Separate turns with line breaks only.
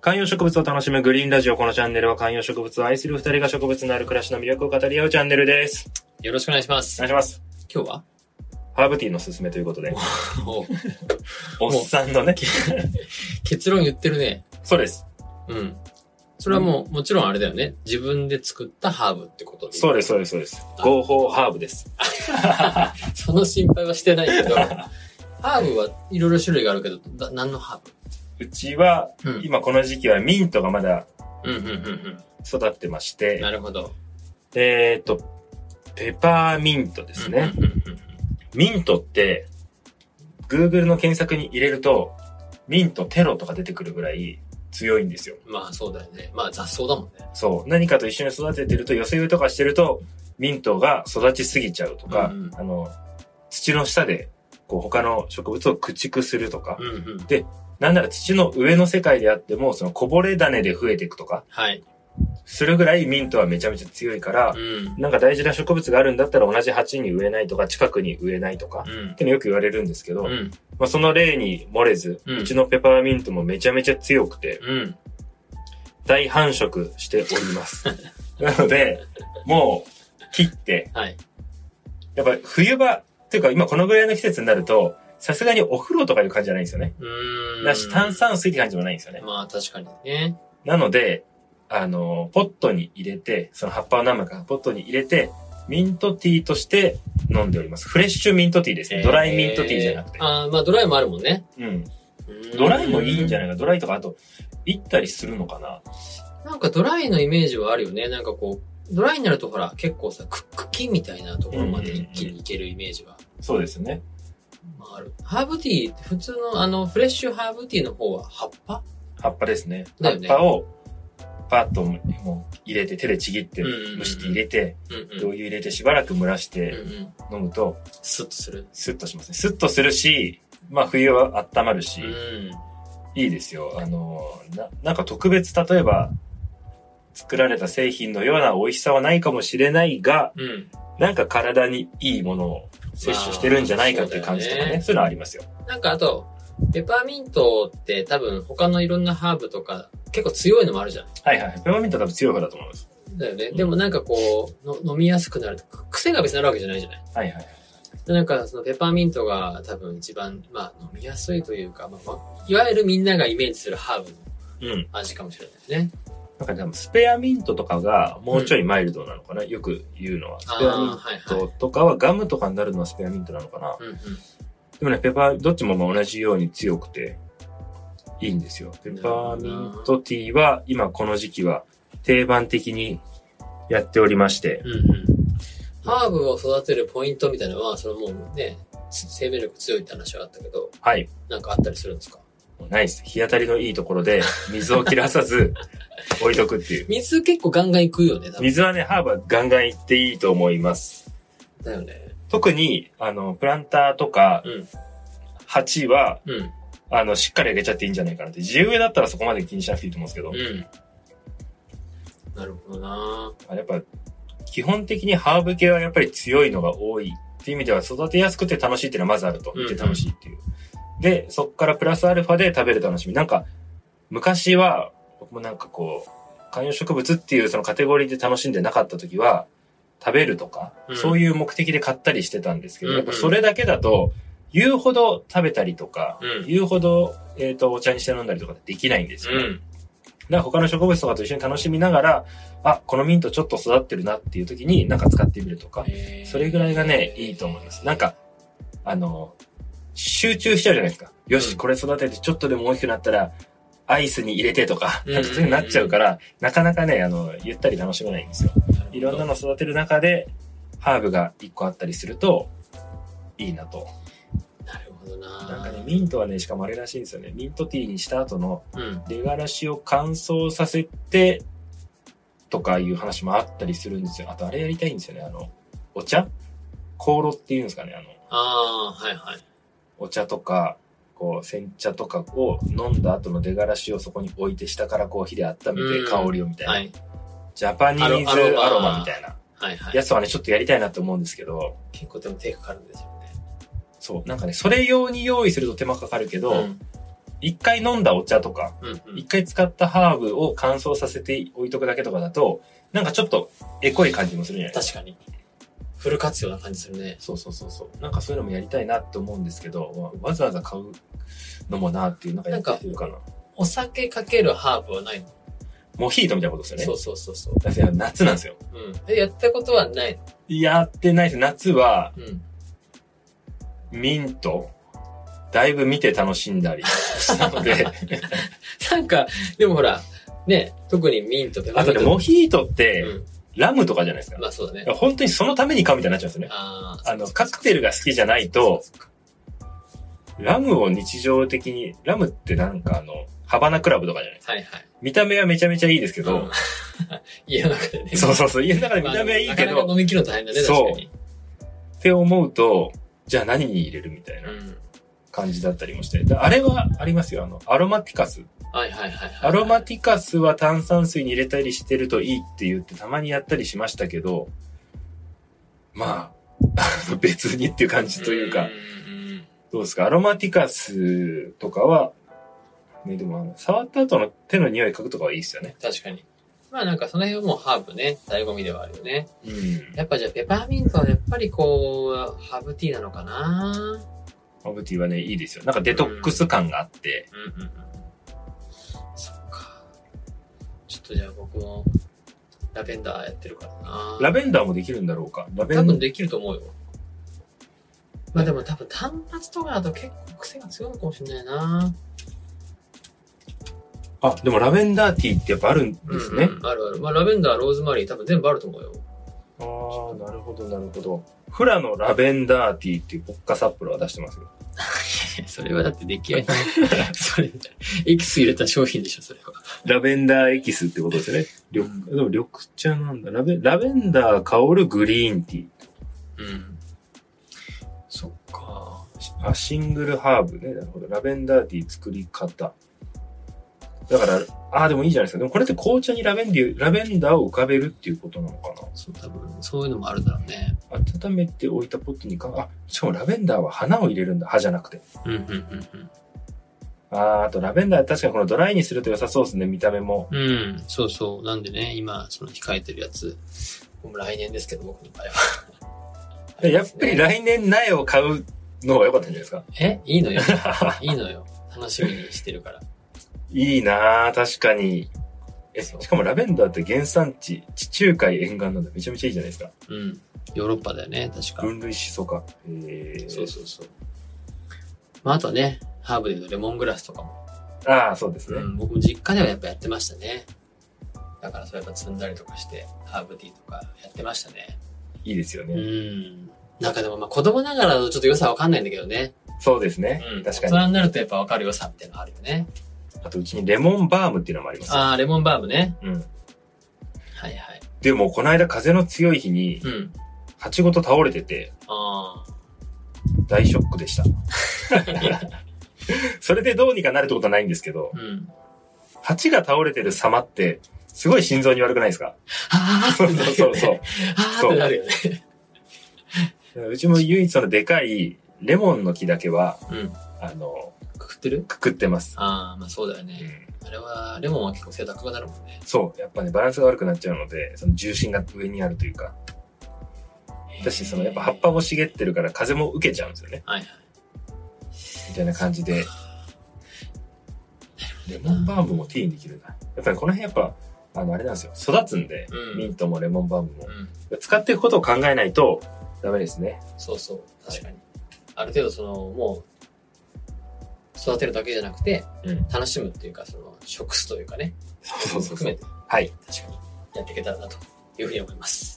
観葉植物を楽しむグリーンラジオ。このチャンネルは観葉植物を愛する二人が植物のある暮らしの魅力を語り合うチャンネルです。
よろしくお願いしま
お
す。
願いします。
今 日は
ハーブティーのすすめということで。
お
おっさんのね。
結論言ってるね。
そうです。
うん。それはもう、もちろんあれだよね。自分で作ったハーブってことで。
そう
う。
です、そうです、そうです。合法ハーブです。
その心配はしてない けど、ハーブはいろいろ種類があるけど、だ何のハ
うちは、
ーブうん。
今この時期はミントがまだ
うんうんうん
育ってまし
うん。な
て、
るほど。
えっと、ペパーミントですね。
うんうんうんうん。
ミントって、Google の検索に入れると、ミントテロとか出てくるぐらい強いんですよ。
まあそうだよね。まあ雑草だもんね。
そう。何かと一緒に育ててると、寄せ植えとかしてると、ミントが育ちすぎちゃうとか、
うんうん
あの、土の下で、こう、他の植物を駆逐するとか、
うんうん。
なんなら土の上の世界であっても、そのこぼれ種で増えていくとか、
はい。
するぐらいミントはめちゃめちゃ強いから
う、ん。
なんか大事な植物があるんだったら同じ鉢に植えないとか、近くに植えないとか、
うん
っ。てのよく言われるんですけど、
うん。
まあ、その例に漏れず、
う
うんちのペパーミントもめちゃめちゃ強くて、
うん。
大繁殖しております。 なので、もう、切って、
はい。
やっぱ冬場、っていうか今このぐらいの季節になると、さすがにお風呂とかいう感じじゃないんですよね。
うーん。
だし炭酸水って感じもないんですよね。
まあ確かにね。
なので、あの、ポットに入れて、その葉っぱを何枚かポットに入れて、ミントティーとして飲んでおります。フレッシュミントティーですね。ドライミントティーじゃなくて
え。ああ、まあドライもあるもんね。
うん。
うん
ドライもいいんじゃないか。ドライとか、あと、行ったりするのかな。
なんかドライのイメージはあるよね。なんかこう、ドライになるとほら、結構さ、クッキーみたいなところまで一気にいけるイメージは、
そうですね。
まあ、ある。ハーブティーって普通のあの、フレッシュハーブティーの方は葉っぱ
葉っぱですね。
だ
葉
よ
っ
ね
ぱを、パッともう入れて、手でちぎって、
うんうんうん
蒸して入れて、
うんうん。
お湯入れてしばらく蒸らし
うん
て
うん。
飲むと、
スッとする。
スッとしますね。スッとするし、まあ冬は温まるし、
うん。
いいですよ。あの、な、なんか特別、例えば、作られた製品のような美味しさはないかもしれないが、
うん。
なんか体にいいものを摂取してるんじゃないかっていう感じとか
まあ
ね、そういうのはありますよ。
なんかあと、ペパーミントって多分他のいろんなハーブとか結構強いのもあるじゃん。
はいはい。ペパーミントは多分強い方だと思います。
だよね。
うん
でもなんかこう、の飲みやすくなると、く癖が別にあるわけじゃないじゃない
はいはい。
でなんかそのペパーミントが多分一番、まあ、飲みやすいというか、まあまあ、いわゆるみんながイメージするハーブの
うん。
味かもしれないですね。
なんかでもスペアミントとかがもうちょいマイルドなのかな、よく言うのは。ス
あ
ペアミ
あ、
ン
はいはい。
トとかはガムとかになるのはスペアミントなのかな。
うんうん、
でもね、ペパー、どっちもまあ同じように強くていいんですよ。ペパーミントティーは今この時期は定番的にやっておりまして、
うんうん。ハーブを育てるポイントみたいなのは、そのもうね、生命力強いって話はあったけど、
はい。
なんかあったりするんですか
もうナイス。日当たりのいいところで水を切らさず 置いとくっていう。
水結構ガンガンいくよね、多分。
水はね、ハーブはガンガンいっていいと思います。
だよね。
特に、あの、プランターとか
うん、
鉢は、
うん。
あの、しっかりあげちゃっていいんじゃないかなって。地植えだったらそこまで気にしなくていいと思うんですけど、
うん。なるほどな
あやっぱ、基本的にハーブ系はやっぱり強いのが多いっていう意味では、育てやすくて楽しいっていうのはまずあると。
うんうん
見て楽しいっていう。で、そっからプラスアルファで食べる楽しみ。なんか、昔は、僕もなんかこう、観葉植物っていうそのカテゴリーで楽しんでなかった時は、食べるとか、
うん
そういう目的で買ったりしてたんですけど、
うんうん
やっぱそれだけだと、言うほど食べたりとか、
うん
言うほど、えっ、と、お茶にして飲んだりとかできないんですよね。
うん。
だから他の植物とかと一緒に楽しみながら、あ、このミントちょっと育ってるなっていう時になんか使ってみるとか、
へー
それぐらいがね、いいと思います。なんか、あの、集中しちゃうじゃないですか。よ
う
し、
ん
これ育ててちょっとでも大きくなったら、アイスに入れてとか、
うん
なんかそういうのになっちゃうから、なかなかね、あの、ゆったり楽しめないんですよ。
なるほど
いろんなの育てる中で、ハーブが一個あったりすると、いいなと。
なるほどな
なんかね、ミントはね、しかもあれらしいんですよね。ミントティーにした後の、
うん。
出がらしを乾燥させてとかいう話もあったりするんですよ。あとあれやりたいんですよね。あの、お茶香炉っていうんですかね。あの、
ああー、はいはい。
お茶とか、こう、煎茶とかを飲んだ後の出がらしをそこに置いて下からこう火で温め
うん
て香りをみたいな。
はい。
ジャパニー
アロアロ
ズ
マ
アロマみたいな
はいはい。
やつはね、ちょっとやりたいなと思うんですけど、
結構でも手かかるんですよね。
そう、なんかね、それ用に用意すると手間かかるけど、
ん
一回飲んだお茶とか、
うんうん
一回使ったハーブを乾燥させて置いとくだけとかだと、なんかちょっとエコい感じもするじゃないですか。
確かに。フル活用な感じするね。
そうそうそうそう。なんかそういうのもやりたいなって思うんですけど、わわざわざ買うのもなっていう、なんかやってるかな。
お酒かけるハーブはないの、
モヒートみたいなことですよね。
そうそうそうそう。
だって夏なんですよ。
うん。え、やったことはないの
やってないです。夏は、
うん。
ミント、だいぶ見て楽しんだり したので、
なんか、でもほら、ね、特にミントペパ
あ
ーミ
と
ント
ね、モヒートっ
う
て、
ん。
ラムとかじゃないですか。
まあそうだね
い。や本当にそのために買うみたいになっちゃうんですよね。
あー
あの、カクテルが好きじゃないと、
そっかそっか
ラムを日常的に、ラムってなんかあの、ハバナクラブとかじゃないですか。
はいはい。
見た目はめちゃめちゃいいですけ
うん
ど、
家の中でね。
そうそうそう、家の中で見
まあ
た目はいいけ
なかなか
ど、
飲み切るの大変だね、確
そう
かに。
って思うと、じゃあ何に入れるみたいな
うん。
感じだったりもして。だあれはありますよ、あの、アロマティカス。
はいはいはいはい。
アロマティカスは炭酸水に入れたりしてるといいって言ってたまにやったりしましたけど、まあ、 別にっていう感じというか、
んうんうん
どうですかアロマティカスとかは、ね、でもあの、触った後の手の匂い嗅ぐとかはいいですよね。
確かに。まあなんかその辺はもうハーブね、醍醐味ではあるよね。
うん。
やっぱじゃあペパーミントはやっぱりこう、ハーブティーなのかな
ハーブティーはね、いいですよ。なんかデトックス感があって、
うんうんうん。そっか。ちょっとじゃあ僕も、ラベンダーやってるからな
ラベンダーもできるんだろうか。ラベ
多
ンダ
分
ー。
できると思うよ。まあでも多分端末とかだと結構癖が強いのかもしれないな
あ、でもラベンダーティーってやっぱあるんですね。
うんうんあるある。まあラベンダー、ローズマリー多分全部あると思うよ。
ああ、なるほど、なるほど。フラのラベンダーティーっていうポッカサップルは出してますよ。
それはだって出来合いの。 それ、エキス入れた商品でしょ、それは。
ラベンダーエキスってことですね。緑
うん、
でも緑茶なんだ。ラベラベンダー香るグリーンティー。
うん。そっか。
あ、シングルハーブね。なるほど。ラベンダーティー作り方。だから、ああ、でもいいじゃないですか。でもこれって紅茶にラベンディラベンダーを浮かべるっていうことなのか
そう、多分、そういうのもあるだろうね。
な。温めておいたポットにか、あ、しかもラベンダーは花を入れるんだ。葉じゃなくて。
うん、うん、
ああ、あとラベンダー確かにこのドライにすると良さそうですね。見た目も。
うん、うん。うん、そうそう。なんでね、今、その控えてるやつ、もう来年ですけど、僕の場合は。
でやっぱり来年苗を買うのが良かったんじゃないですか。
えいいのよ。いいのよ。楽しみにしてるから。
いいなあ確かに。え、し
そう
かもラベンダーって原産地、地中海沿岸なんでめちゃめちゃいいじゃないですか。
うん。ヨーロッパだよね、確か。
分類しそうか。えー、
そうそうそう。まあ、あとはね、ハーブで言うとレモングラスとかも。
ああ、そうです
う
ね。
ん、僕も実家ではやっぱやってましたね。だからそうやっぱ積んだりとかして、ハーブティーとかやってましたね。
いいですよね。
うん。なんかでもまあ子供ながらのちょっと良さわかんないんだけどね。
そうですね。
うん。
確か
大
に。
人になるとやっぱわかる良さみたいなのあるよね。
あと、うちにレモンバームっていうのもあります。
あー、レモンバームね。
うん。
はいはい。
でも、この間風の強い日に、
うん。
鉢ごと倒れてて、
あ
大ショックでした。 それでどうにかなるってことはないんですけど
ー。、うん。
鉢が倒れてる様って、すごい心臓に悪くないですか
あー
そう
ってな
そうそ
るよ
う
ね。
そう。
あーってなるよね。
うちも唯一そのでかいレモンの木だけは、
うん。
あの、
くくってる
くくってます。
あー、まあそうだよ
う
ね。
ん
あれは、レモンは結構背高くなるもんね。
そう、やっぱね、バランスが悪くなっちゃうので、その重心が上にあるというか、私、その、やっぱ葉っぱも茂ってるから風も受けちゃうんですよね。
はいはい。
みたいな感じで。レモンバームもティーにできるな。やっぱりこの辺やっぱ、あの、あれなんですよ。育つんで、
うん
ミントもレモンバームも
う。ん。
使っていくことを考えないと、ダメですね。
そうそう、確かに。ある程度、その、もう、育てるだけじゃなくて、
うん。
楽しむっていうか、その、食すというかね、
そうそうそうそ
含め
う。
て、
はい。
確かに、やっていけたらなというふうに思います。